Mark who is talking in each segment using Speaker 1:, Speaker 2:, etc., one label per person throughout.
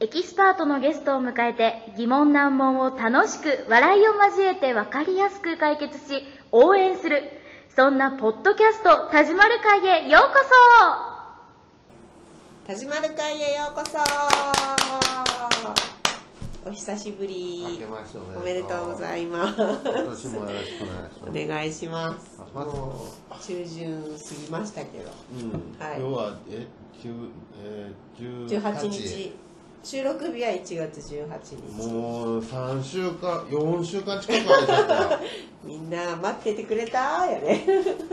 Speaker 1: エキスパートのゲストを迎えて疑問難問を楽しく笑いを交えて分かりやすく解決し応援するそんなポッドキャスト「田島る会」へようこそ
Speaker 2: 田島る会へようこそお久しぶり
Speaker 3: 明けまして
Speaker 2: お
Speaker 3: お
Speaker 2: め
Speaker 3: め
Speaker 2: で
Speaker 3: で
Speaker 2: と
Speaker 3: と
Speaker 2: う
Speaker 3: う
Speaker 2: ござい
Speaker 3: 今
Speaker 2: ま
Speaker 3: 年
Speaker 2: す
Speaker 3: もよろしくお願いし
Speaker 2: お願いし
Speaker 3: ます。
Speaker 2: ます
Speaker 3: あまず
Speaker 2: もう中旬過ぎましたけど
Speaker 3: うん、
Speaker 2: はい
Speaker 3: 今日はえ九えー
Speaker 2: 18
Speaker 3: 18
Speaker 2: 日収録日は1月18日
Speaker 3: もう三週間四週間近く空いちゃったよ。
Speaker 2: みんな待っててくれたやね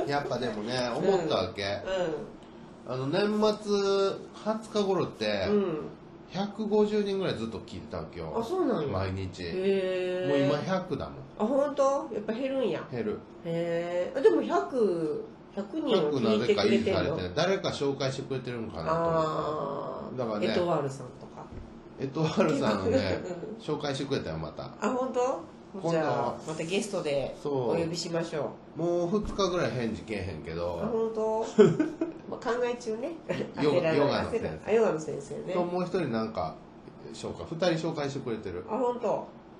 Speaker 3: やっぱでもね思ったわけ。あの年末二十日頃って
Speaker 2: うんうん
Speaker 3: 百五十人ぐらいずっと聞いてたわけよ。
Speaker 2: あそうなんや
Speaker 3: 毎日。
Speaker 2: へ
Speaker 3: もう
Speaker 2: え
Speaker 3: 今百だもん。
Speaker 2: あ本当やっぱ減るんや
Speaker 3: 減る。
Speaker 2: へえでも100100 100人を
Speaker 3: 百な
Speaker 2: 聞いて
Speaker 3: ぜか
Speaker 2: くれ
Speaker 3: 維
Speaker 2: て
Speaker 3: 持さ
Speaker 2: る
Speaker 3: れ
Speaker 2: の
Speaker 3: てない誰か紹介してくれてるのかなと思っ
Speaker 2: ああ
Speaker 3: だからね
Speaker 2: エトワールさんとか
Speaker 3: て。エトワールさんの ね
Speaker 2: う
Speaker 3: 紹介してくれたよまた。
Speaker 2: あ本当
Speaker 3: 今
Speaker 2: じ
Speaker 3: 度は
Speaker 2: ゃあまたゲストで
Speaker 3: そう
Speaker 2: お呼びしましょ
Speaker 3: もう2日ぐらい返事けえへんけ
Speaker 2: うあ
Speaker 3: ど、
Speaker 2: 本 当まあ考え中ね
Speaker 3: ヨガ
Speaker 2: 焦らない
Speaker 3: ヨガの
Speaker 2: 焦ら
Speaker 3: 先生
Speaker 2: あヨガの先生ね
Speaker 3: ともう一人なんか紹介2人紹介してくれてる
Speaker 2: あ本当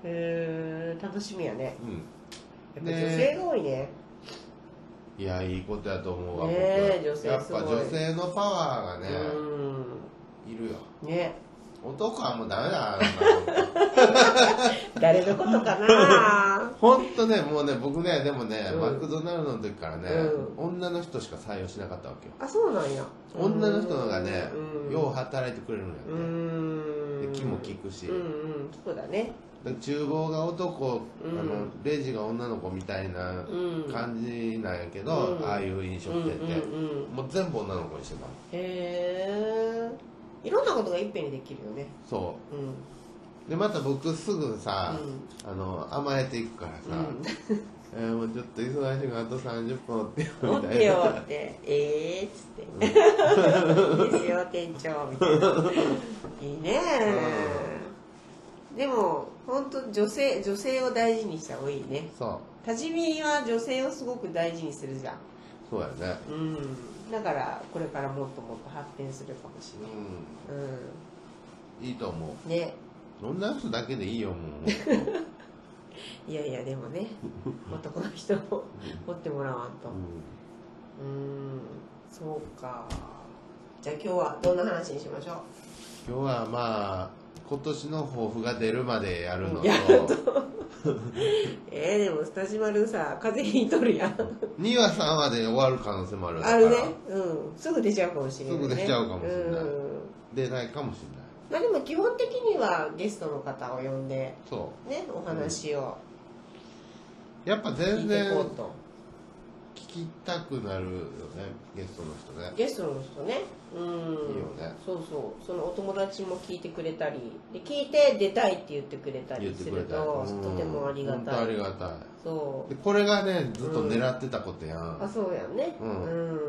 Speaker 2: へえ楽しみやね
Speaker 3: う
Speaker 2: やっ
Speaker 3: ね
Speaker 2: ぱ女性が多いね
Speaker 3: んいやいいことやと思うわ、
Speaker 2: ねえ
Speaker 3: 僕
Speaker 2: 女性
Speaker 3: やっぱ
Speaker 2: すごい
Speaker 3: 女性のパワー
Speaker 2: う
Speaker 3: がね、いるよ
Speaker 2: んね
Speaker 3: 男はもうダメだ な
Speaker 2: 誰のことかな
Speaker 3: ほんとねもうね僕ねでもね、
Speaker 2: うん
Speaker 3: マクドナルドの時からね、
Speaker 2: う
Speaker 3: 女の人しか採用しなかったわけよ
Speaker 2: あそうなんや
Speaker 3: 女の人のがね、
Speaker 2: うん
Speaker 3: よう働いてくれるのよ
Speaker 2: う
Speaker 3: ね、
Speaker 2: ん
Speaker 3: で気も利くし、
Speaker 2: うんうんそうだね
Speaker 3: だから厨房が男、
Speaker 2: うん
Speaker 3: あのレジが女の子みたいな
Speaker 2: うん
Speaker 3: 感じなんやけど、
Speaker 2: うん
Speaker 3: ああいう飲食店って、
Speaker 2: うんうんうん
Speaker 3: もう全部女の子にしてた
Speaker 2: へえいろんなことがいっぺんにできるよね
Speaker 3: そ
Speaker 2: うん
Speaker 3: うでまた僕すぐさ、
Speaker 2: う
Speaker 3: あの甘えていくからさ、 えーもうちょっと忙しいからあと30分おってよ
Speaker 2: 持
Speaker 3: み
Speaker 2: ったて
Speaker 3: い
Speaker 2: よ
Speaker 3: な
Speaker 2: って「えー」っつって「いいですよ店長」みたいな「いいねでも本当女性女性を大事にした方がいいね
Speaker 3: そう
Speaker 2: 多治見は女性をすごく大事にするじゃん
Speaker 3: そうやね
Speaker 2: うんだからこれからもっともっと発展するかもし
Speaker 3: う
Speaker 2: れない
Speaker 3: んいいと思
Speaker 2: うんね
Speaker 3: う女の人だけでいいよ もう、
Speaker 2: いやいやでも ね男の人を持ってもらわんと、うーんそうかじゃあ今日はどんな話にしましょ
Speaker 3: 今日はまあ今年の抱負が出るまでやるの
Speaker 2: うやる
Speaker 3: と
Speaker 2: と えー、でもスタジマルさ風邪ひいとるやん
Speaker 3: 2話3話で終わる可能性もあるだか
Speaker 2: あ
Speaker 3: ら
Speaker 2: るねうんすぐ出ちゃうかもしれない、ね、
Speaker 3: すぐ出ちゃうかもしれない
Speaker 2: うん
Speaker 3: 出ないかもしれない
Speaker 2: まあでも基本的にはゲストの方を呼んで
Speaker 3: そ
Speaker 2: ねお話を
Speaker 3: うやっぱ
Speaker 2: 聞
Speaker 3: 全
Speaker 2: いてい
Speaker 3: 然
Speaker 2: こうと、
Speaker 3: 聞きたくなるよねゲストの人ね
Speaker 2: ゲストの人ねうん
Speaker 3: いいよね
Speaker 2: そうそうそのお友達も聞いてくれたりで聞いて出たいって言ってくれた
Speaker 3: 言っ
Speaker 2: り
Speaker 3: て
Speaker 2: す
Speaker 3: くれ
Speaker 2: る
Speaker 3: た
Speaker 2: と
Speaker 3: うん
Speaker 2: とてもありが
Speaker 3: 本当
Speaker 2: た
Speaker 3: あり
Speaker 2: い
Speaker 3: がたい
Speaker 2: そう
Speaker 3: でこれがねずっと狙ってたことや
Speaker 2: あ
Speaker 3: ん、
Speaker 2: そうやんね
Speaker 3: うん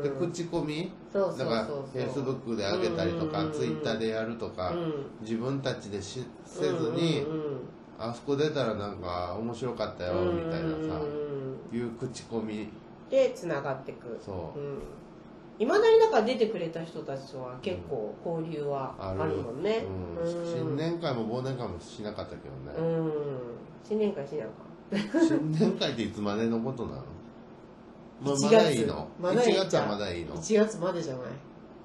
Speaker 2: うん
Speaker 3: で口コミ
Speaker 2: そうそうそうそう
Speaker 3: だからフェイスブックで上げたりと
Speaker 2: うん
Speaker 3: か
Speaker 2: うんうん
Speaker 3: ツイッターでやるとか、
Speaker 2: うん
Speaker 3: 自分たちでしせずに、
Speaker 2: うんうん
Speaker 3: あそこ出たらなんか面白かったよ
Speaker 2: うん
Speaker 3: みたいなさ、
Speaker 2: うんうん
Speaker 3: いう口コミ
Speaker 2: でつながってく
Speaker 3: そう、
Speaker 2: いま、未だにだから出てくれた人たちとは結構交流はあ
Speaker 3: あ
Speaker 2: る
Speaker 3: る
Speaker 2: もんね、
Speaker 3: うん
Speaker 2: うん
Speaker 3: 新年会も忘年会もしなかったけど
Speaker 2: う
Speaker 3: ね、
Speaker 2: ん新年会しなあかん
Speaker 3: 新年会っていつまでのことなの、ま あ
Speaker 2: 1月
Speaker 3: まだいいの、
Speaker 2: まだいい
Speaker 3: 1
Speaker 2: じゃん
Speaker 3: 月はまだいいの
Speaker 2: 1月までじゃない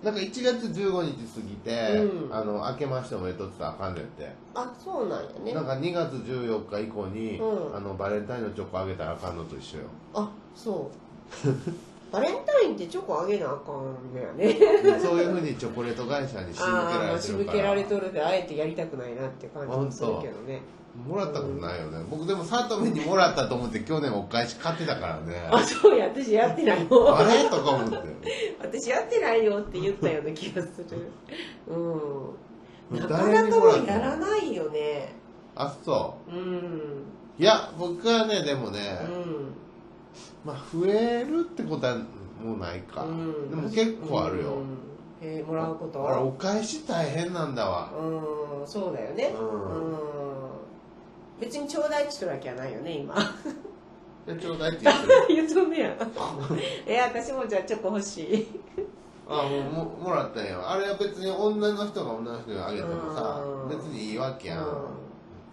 Speaker 3: なんか1月15日過ぎて、
Speaker 2: うん
Speaker 3: あの明けましておめでとうって言ったらあかんねんって、
Speaker 2: あそうなんやね
Speaker 3: なんか2月14日以降に、
Speaker 2: うん
Speaker 3: あのバレンタインのチョコあげたらあかんのと 一緒よ
Speaker 2: あそう バレンタインってチョコあげなあかんのやね
Speaker 3: そういうふうにチョコレート会社に仕向け
Speaker 2: あ
Speaker 3: ら
Speaker 2: あ
Speaker 3: れ
Speaker 2: ー
Speaker 3: て
Speaker 2: 仕
Speaker 3: る
Speaker 2: 向
Speaker 3: か
Speaker 2: けら
Speaker 3: ら
Speaker 2: れとるであえてやりたくないなって感じもするけどね
Speaker 3: もらったことないよね、僕でもサトミにもらったと思って去年お返し買ってたから ね
Speaker 2: あそうや私やってないもん
Speaker 3: あれとか思って
Speaker 2: 私やってないよって言ったような気がするうんなか
Speaker 3: 誰
Speaker 2: な
Speaker 3: に
Speaker 2: か
Speaker 3: も
Speaker 2: も
Speaker 3: らうの
Speaker 2: うやらないよね
Speaker 3: あそ
Speaker 2: うん
Speaker 3: ういや僕はねでもね、
Speaker 2: うん
Speaker 3: まあ増えるってことはもうないか、
Speaker 2: うん
Speaker 3: でも結構あるよ、
Speaker 2: うんえーもらうこ
Speaker 3: あれお
Speaker 2: と
Speaker 3: 返し大変なんだわ、
Speaker 2: うんそうだよね
Speaker 3: う
Speaker 2: うん
Speaker 3: ん
Speaker 2: 別にちょうだいって言ってるわけはないよね今
Speaker 3: でちょうだいって言ってる
Speaker 2: 言うとんねやえ私もじゃあチョコ欲しい
Speaker 3: あももらったんやあれは別に女の人が女の人にあげてもさ
Speaker 2: うん
Speaker 3: 別にいいわけやん、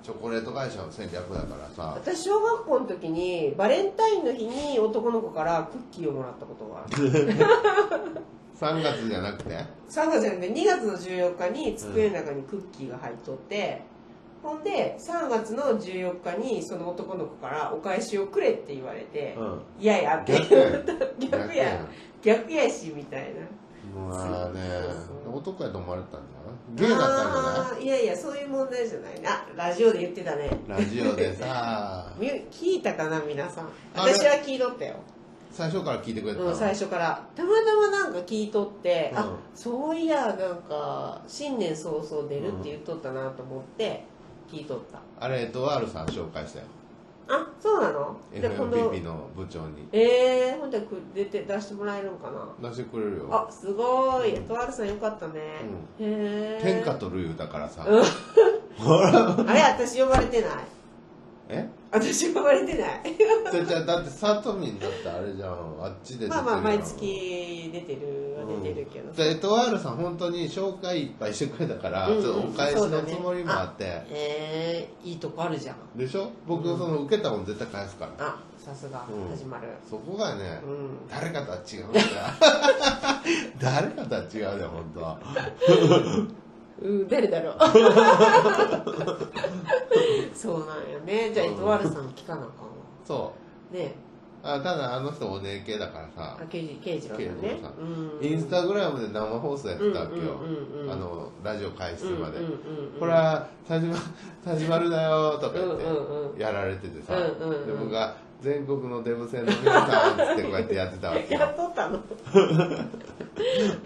Speaker 3: チョコレート会社の戦略だからさ
Speaker 2: 私小学校の時にバレンタインの日に男の子からクッキーをもらったことがある
Speaker 3: 3月じゃなくて
Speaker 2: 3月じゃなくて2月の14日に机の中にクッキーが入っとって、ほんで3月の14日にその男の子からお返しをくれって言われて
Speaker 3: ん
Speaker 2: 「いやいや」って
Speaker 3: 逆やん
Speaker 2: 逆や逆やしみたいな
Speaker 3: まあね
Speaker 2: そうそう
Speaker 3: 男やと思われたんじゃないゲイだったんじゃない
Speaker 2: あーいやいやそういう問題じゃないなラジオで言ってたね
Speaker 3: ラジオでさ
Speaker 2: み聞いたかな皆さん
Speaker 3: あれ
Speaker 2: 私は聞いとったよ、
Speaker 3: 最初から聞いてくれた
Speaker 2: う
Speaker 3: の
Speaker 2: ん、最初からたまたまなんか聞いとって、
Speaker 3: うん
Speaker 2: あそういやなんか新年早々出るって言っとったなと思って聞いとった、
Speaker 3: あれエトワールさん紹介したよ
Speaker 2: あそうなので今度
Speaker 3: FMPP の部長に
Speaker 2: えー、ほんでく出て出してもらえるんかな
Speaker 3: 出してくれるよ
Speaker 2: あすごいエトワールさんよかったね、へえ
Speaker 3: 天下取る言うだからさ
Speaker 2: うん
Speaker 3: ほら
Speaker 2: あれ私呼ばれてない
Speaker 3: え
Speaker 2: 私呼ばれてない
Speaker 3: じゃじゃだってサトミンだってあれじゃんあっちで出てるやん
Speaker 2: まあまあ毎月出てるは出てるけど、
Speaker 3: でエトワールさん本当に紹介いっぱいしてくれたから、
Speaker 2: うんうん
Speaker 3: ちょっとお返しのつもりもあって、
Speaker 2: えー、いいとこあるじゃん
Speaker 3: でしょ僕その受けたもん絶対返すから、
Speaker 2: あさすが
Speaker 3: うん
Speaker 2: 始まる
Speaker 3: そこがね、
Speaker 2: うん
Speaker 3: 誰かとは違うん だよ誰かとは違うよ本当は
Speaker 2: うん、誰だろう そうなんよねじゃあエトワールさん聞かなあかんわ
Speaker 3: そう
Speaker 2: ね
Speaker 3: あただあの人おねえ系だから
Speaker 2: あ
Speaker 3: さ
Speaker 2: 刑事刑事郎さん
Speaker 3: 刑
Speaker 2: ね
Speaker 3: 事郎さ
Speaker 2: うん
Speaker 3: インスタグラムで生放送やってたわけよ、
Speaker 2: うんうんうんうん
Speaker 3: あのラジオ開始
Speaker 2: うんうん
Speaker 3: まで、
Speaker 2: うんうん
Speaker 3: これは田島 田島るだよとか言っ
Speaker 2: うんうんうん
Speaker 3: てやられててさ、
Speaker 2: うんうんうん
Speaker 3: で僕が「全国のデブ戦の皆さん」っつってこうやってやってたわけ
Speaker 2: や
Speaker 3: よ
Speaker 2: っとった の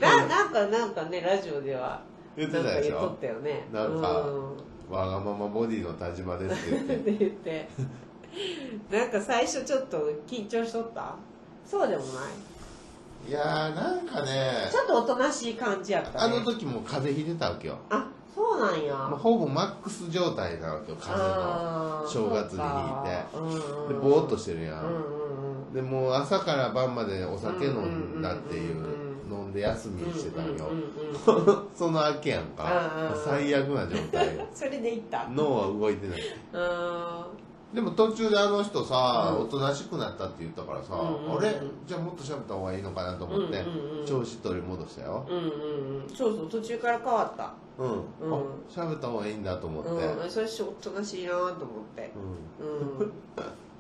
Speaker 2: ななんかなんかねラジオでは
Speaker 3: 言ってたでし
Speaker 2: な
Speaker 3: ょ
Speaker 2: んか言っとったよね
Speaker 3: なんか
Speaker 2: うん
Speaker 3: わがままボディの田島ですって言っ
Speaker 2: ってて言ってなんか最初ちょっと緊張しとったそうでもない
Speaker 3: いやーなんかね
Speaker 2: ちょっとおとなしい感じやった、ね、
Speaker 3: あの時も風邪ひいてたわけよ
Speaker 2: あそうなんや、
Speaker 3: もうほぼマックス状態なわけよ風邪
Speaker 2: あー
Speaker 3: の正月
Speaker 2: そう
Speaker 3: にひ
Speaker 2: か
Speaker 3: いて
Speaker 2: うん
Speaker 3: で
Speaker 2: うん
Speaker 3: ぼーっとしてるや
Speaker 2: うんうんんうん
Speaker 3: でもう朝から晩までお酒飲んだっていう
Speaker 2: うんうんうん
Speaker 3: 飲んで休みしてたんよ
Speaker 2: うんうんうん
Speaker 3: その明けやん
Speaker 2: うんうん
Speaker 3: か
Speaker 2: うん
Speaker 3: 最悪な状態 よ
Speaker 2: それで行った
Speaker 3: 脳は動いてない
Speaker 2: あ
Speaker 3: でも途中であの人さ、
Speaker 2: うん
Speaker 3: おとなしくなったって言ったからさ、
Speaker 2: うんうんうん
Speaker 3: あれじゃあもっと喋った方がいいのかなと思って、
Speaker 2: うんうんうん
Speaker 3: 調子取り戻したよ
Speaker 2: ーうんうんうんそうそう途中から変わった
Speaker 3: うん、
Speaker 2: うん
Speaker 3: あ喋った方がいいんだと思って、
Speaker 2: うんそれしおとなしいなーと思って
Speaker 3: うん
Speaker 2: うん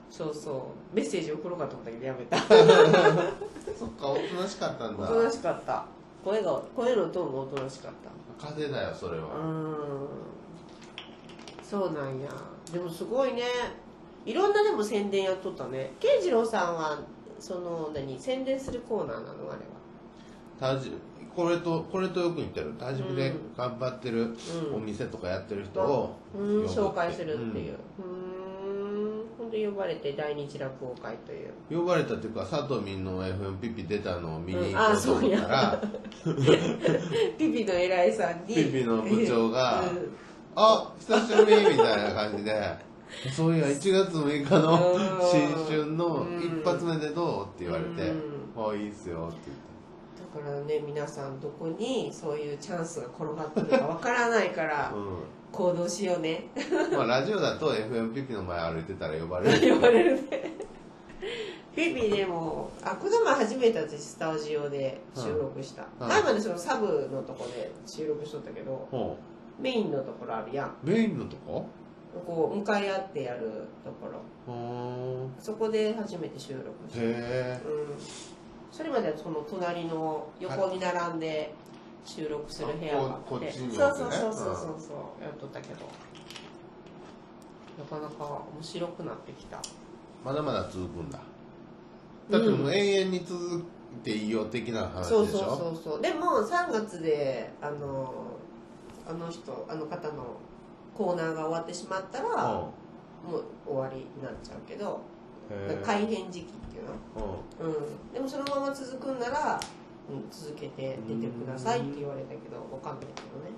Speaker 2: そうそうメッセージ送ろうかと思ったけどやめた
Speaker 3: そっか、おとなしかったん
Speaker 2: お
Speaker 3: だ。
Speaker 2: となしかった声が声のトーンがおとなしかった
Speaker 3: 風邪だよ、それ
Speaker 2: う
Speaker 3: は。
Speaker 2: んそうなんやでもすごいねいろんなでも宣伝やっとったね慶次郎さんはその何宣伝するコーナーなのあれは
Speaker 3: たじこれと、これとよく似てる。多治見で
Speaker 2: うん
Speaker 3: 頑張ってる
Speaker 2: うん
Speaker 3: お店とかやってる人を
Speaker 2: うん
Speaker 3: 呼ぶって
Speaker 2: 紹介するっていううんほんで呼ばれて大日落語会という
Speaker 3: うん呼ばれたっていうか、佐藤みんの FMPP 出たのを見に
Speaker 2: うん
Speaker 3: 行こ
Speaker 2: あ
Speaker 3: うと
Speaker 2: そう
Speaker 3: 思っ
Speaker 2: や
Speaker 3: たら、
Speaker 2: ピピの偉いさんに
Speaker 3: ピピの部長が
Speaker 2: うん
Speaker 3: あ、久しぶりみたいな感じで、そういや、1月6日の
Speaker 2: うん
Speaker 3: 新春の
Speaker 2: うん
Speaker 3: 一発目でどうって言われて
Speaker 2: うん、
Speaker 3: あ、いいっすよって
Speaker 2: だからね皆さんどこにそういうチャンスが転がってるかわからないか
Speaker 3: 言
Speaker 2: ら
Speaker 3: っ
Speaker 2: 行動しようね
Speaker 3: て。うん。まあ、ラジオだと FMPP の前歩いてたら呼ばれ る。
Speaker 2: 言われるねピピでもあこの前初めて私スタジオで収録した、
Speaker 3: うん
Speaker 2: 前までそのサブのとこで収録しとったけど
Speaker 3: ほ
Speaker 2: メインのところあるやん
Speaker 3: うメインのとこ
Speaker 2: こう向かい合ってやるところ
Speaker 3: ほー
Speaker 2: そこで初めて収録した、
Speaker 3: へえ
Speaker 2: うん、それまではその隣の横に並んで収録する部屋があって、
Speaker 3: ここっちに置いてね
Speaker 2: そうそうそうそうそうそうやっとったけどなかなか面白くなってきた
Speaker 3: まだまだ続くんだだってもう永遠に続いていいよ的な話でし
Speaker 2: そ
Speaker 3: ょ
Speaker 2: うそうそうそうでも3月であのあの人あの方のコーナーが終わってしまったら、
Speaker 3: うん
Speaker 2: もう終わりになっちゃうけど
Speaker 3: へー
Speaker 2: 改変時期っていうの
Speaker 3: う
Speaker 2: うん、でもそのまま続くんなら、うん、続けて出てくださいって言われたけどわかんないけどね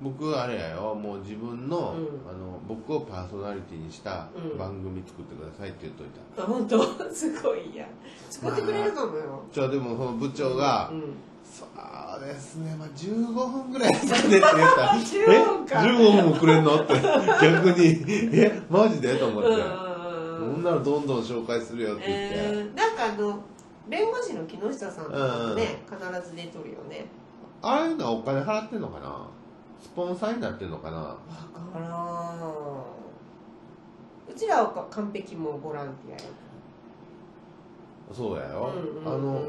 Speaker 3: 僕あれやよもう自分の,、
Speaker 2: うん
Speaker 3: あの僕をパーソナリティにした
Speaker 2: うん
Speaker 3: 番組作ってくださいって言っといた、
Speaker 2: あ本当すごいや作ってくれるかもよ、
Speaker 3: じゃあでもその部長が、
Speaker 2: うん、
Speaker 3: そうですね、まあ、15分ぐらいですかねって言ったら
Speaker 2: 15分か
Speaker 3: え15分もくれんの?」 って逆に「えマジで?」と思
Speaker 2: う
Speaker 3: っ
Speaker 2: んうん
Speaker 3: て
Speaker 2: う
Speaker 3: 「
Speaker 2: ん
Speaker 3: そ
Speaker 2: うん
Speaker 3: んなのどんどん紹介するよ」って言って、
Speaker 2: えー、なんかあの弁護士の木下さんとかね、必ず出とるよね
Speaker 3: ああいうのはお金払ってんのかなスポンサーになってんのかな
Speaker 2: わからんうちらはか完璧もうボランティアや
Speaker 3: そうやよ、
Speaker 2: うんうんうん
Speaker 3: あの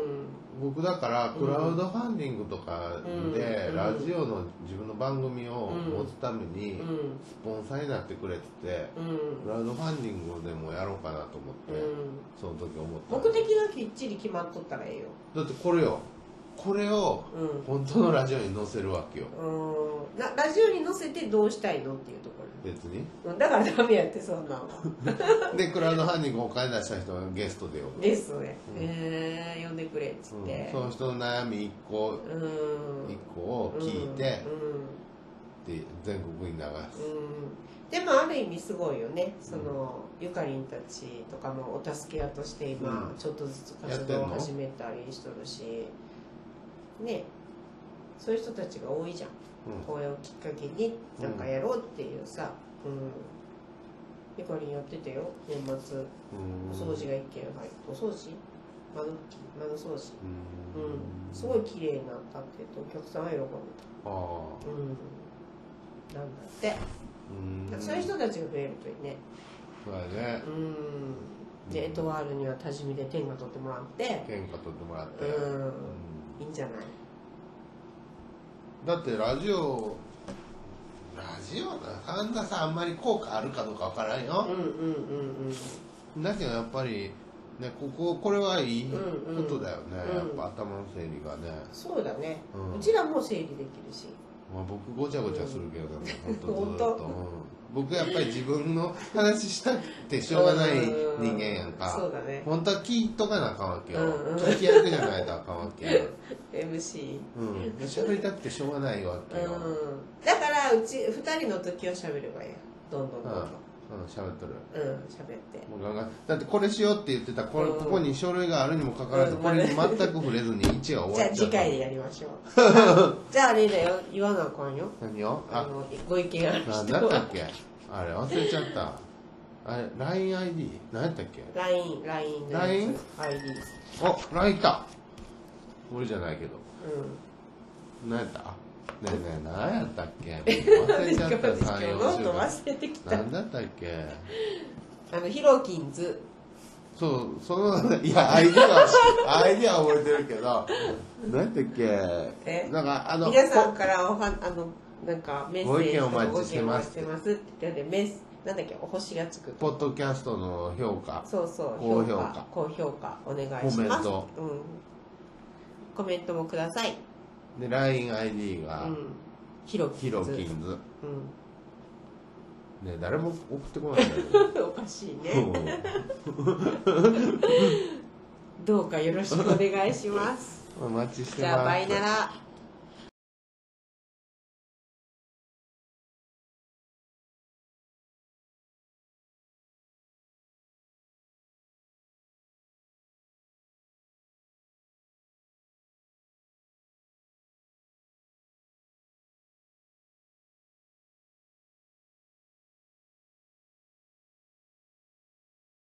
Speaker 3: 僕だからクラウドファンディングとかで、
Speaker 2: うん
Speaker 3: ラジオの自分の番組を
Speaker 2: うん
Speaker 3: 持つために
Speaker 2: うん
Speaker 3: スポンサーになってくれって言って、
Speaker 2: うん
Speaker 3: クラウドファンディングでもやろうかなと思って、
Speaker 2: うん
Speaker 3: その時思った
Speaker 2: 目的がきっちり決まっとったらええよ
Speaker 3: だってこれよこれを
Speaker 2: うん
Speaker 3: 本当のラジオに載せるわけよ
Speaker 2: うんなラジオに載せてどうしたいのっていうとこ
Speaker 3: 別に
Speaker 2: ろうんだからダメやってそんなんは
Speaker 3: でクラウドファンディングお金出した人がゲストで呼ぶ、
Speaker 2: ですね、
Speaker 3: うん
Speaker 2: えー、呼んでくれっつ
Speaker 3: う
Speaker 2: っ
Speaker 3: ん
Speaker 2: て
Speaker 3: その人の悩み1個
Speaker 2: うん、
Speaker 3: 1個を聞いて、
Speaker 2: うん
Speaker 3: って全国に流す、
Speaker 2: うんでもある意味すごいよねその、ゆかりんたちとかもお助け屋として今、
Speaker 3: うん
Speaker 2: ちょっとずつ
Speaker 3: や
Speaker 2: 活
Speaker 3: ってん
Speaker 2: 動
Speaker 3: の
Speaker 2: を始めたりしとるしねそういう人たちが多いじゃん
Speaker 3: うん
Speaker 2: これをきっかけになんかやろうっていうさ、うんゆかりんやってたよ年末お掃除が一件入ってお掃除窓拭き窓掃除
Speaker 3: うん
Speaker 2: うんすごい綺麗になったって言ってお客さんは喜んで
Speaker 3: ああ
Speaker 2: たうんなんだって
Speaker 3: うん
Speaker 2: そういう人たちが増えるといいね
Speaker 3: そうだね
Speaker 2: うんでエトワールには多治見で天下取ってもらって
Speaker 3: 天下取ってもらって、
Speaker 2: うん
Speaker 3: うん
Speaker 2: いいんじゃない
Speaker 3: だってラジオラジオな神田さんあんまり効果あるかどうかわからん
Speaker 2: うん
Speaker 3: よ、
Speaker 2: うんうんうん
Speaker 3: だけどやっぱりねこここれはいい
Speaker 2: うん
Speaker 3: こ
Speaker 2: うん
Speaker 3: とだよね、
Speaker 2: うん
Speaker 3: やっぱ頭の整理がね、
Speaker 2: そうだね、
Speaker 3: う
Speaker 2: うんちらも整理できるし
Speaker 3: まあ、僕ごちゃごちゃするけどね、
Speaker 2: うん
Speaker 3: 本当ずーっと、
Speaker 2: 本
Speaker 3: うん僕やっぱり自分の話したくてしょうがない人間やんか、
Speaker 2: そうだね
Speaker 3: 本当は聞いとかなあかんわけよ、
Speaker 2: うんうん
Speaker 3: 聞き役じゃないとあかんわけよ
Speaker 2: MC
Speaker 3: うん喋りたくてしょうがないわ
Speaker 2: う
Speaker 3: けよ、うん
Speaker 2: んだからうち2人の時を喋ればいいやどんどんどんどん
Speaker 3: 喋っとる
Speaker 2: うん喋って
Speaker 3: もうガンガンだってこれしようって言ってたこれ、
Speaker 2: うん
Speaker 3: ここに書類があるにもかかわらず、
Speaker 2: うん
Speaker 3: これに全く触れずに1が
Speaker 2: じ
Speaker 3: 終
Speaker 2: ゃあ
Speaker 3: わっちゃ
Speaker 2: 次
Speaker 3: った
Speaker 2: 回でやりましょうあ じゃああれだよ言わなあかんよ
Speaker 3: 何よ
Speaker 2: あ
Speaker 3: あ
Speaker 2: のご意見ある人
Speaker 3: ななんだ
Speaker 2: は
Speaker 3: っけあれ忘れちゃったあれ LINEID 何やったっけ
Speaker 2: LINE LINE のやつ
Speaker 3: LINE
Speaker 2: ID
Speaker 3: お LINE 来た俺じゃないけど
Speaker 2: うん
Speaker 3: 何やったねえねえ何やったっけ忘れちゃ った
Speaker 2: 今日
Speaker 3: 3、
Speaker 2: ノート
Speaker 3: 4
Speaker 2: 忘れてき
Speaker 3: 週
Speaker 2: た
Speaker 3: 間何だったっけ
Speaker 2: あのヒロキンズ
Speaker 3: そう、その、いや、アイディアは、アイディアは覚えてるけど、なんだっ
Speaker 2: え
Speaker 3: け、なんか、あの、
Speaker 2: 皆さんからおはあのなんかメッセージ
Speaker 3: ご意見お待ちしてます
Speaker 2: ご意見お待ちしてますって言ってメスなんだっけお星がつく
Speaker 3: ポッドキャストの評価、
Speaker 2: そうそう
Speaker 3: 高評価
Speaker 2: 高評価お願いします
Speaker 3: コメント、
Speaker 2: うん、コメントもください
Speaker 3: で、LINEID が
Speaker 2: う、んヒロキ
Speaker 3: ヒ
Speaker 2: ンズ
Speaker 3: ロキンズ。
Speaker 2: う
Speaker 3: ね、誰も送ってこないんだけど。
Speaker 2: ん、 おかしい ね
Speaker 3: う
Speaker 2: どうかよろしくお願いします
Speaker 3: んお待ちして
Speaker 2: じ
Speaker 3: ます。
Speaker 2: ゃあバイなら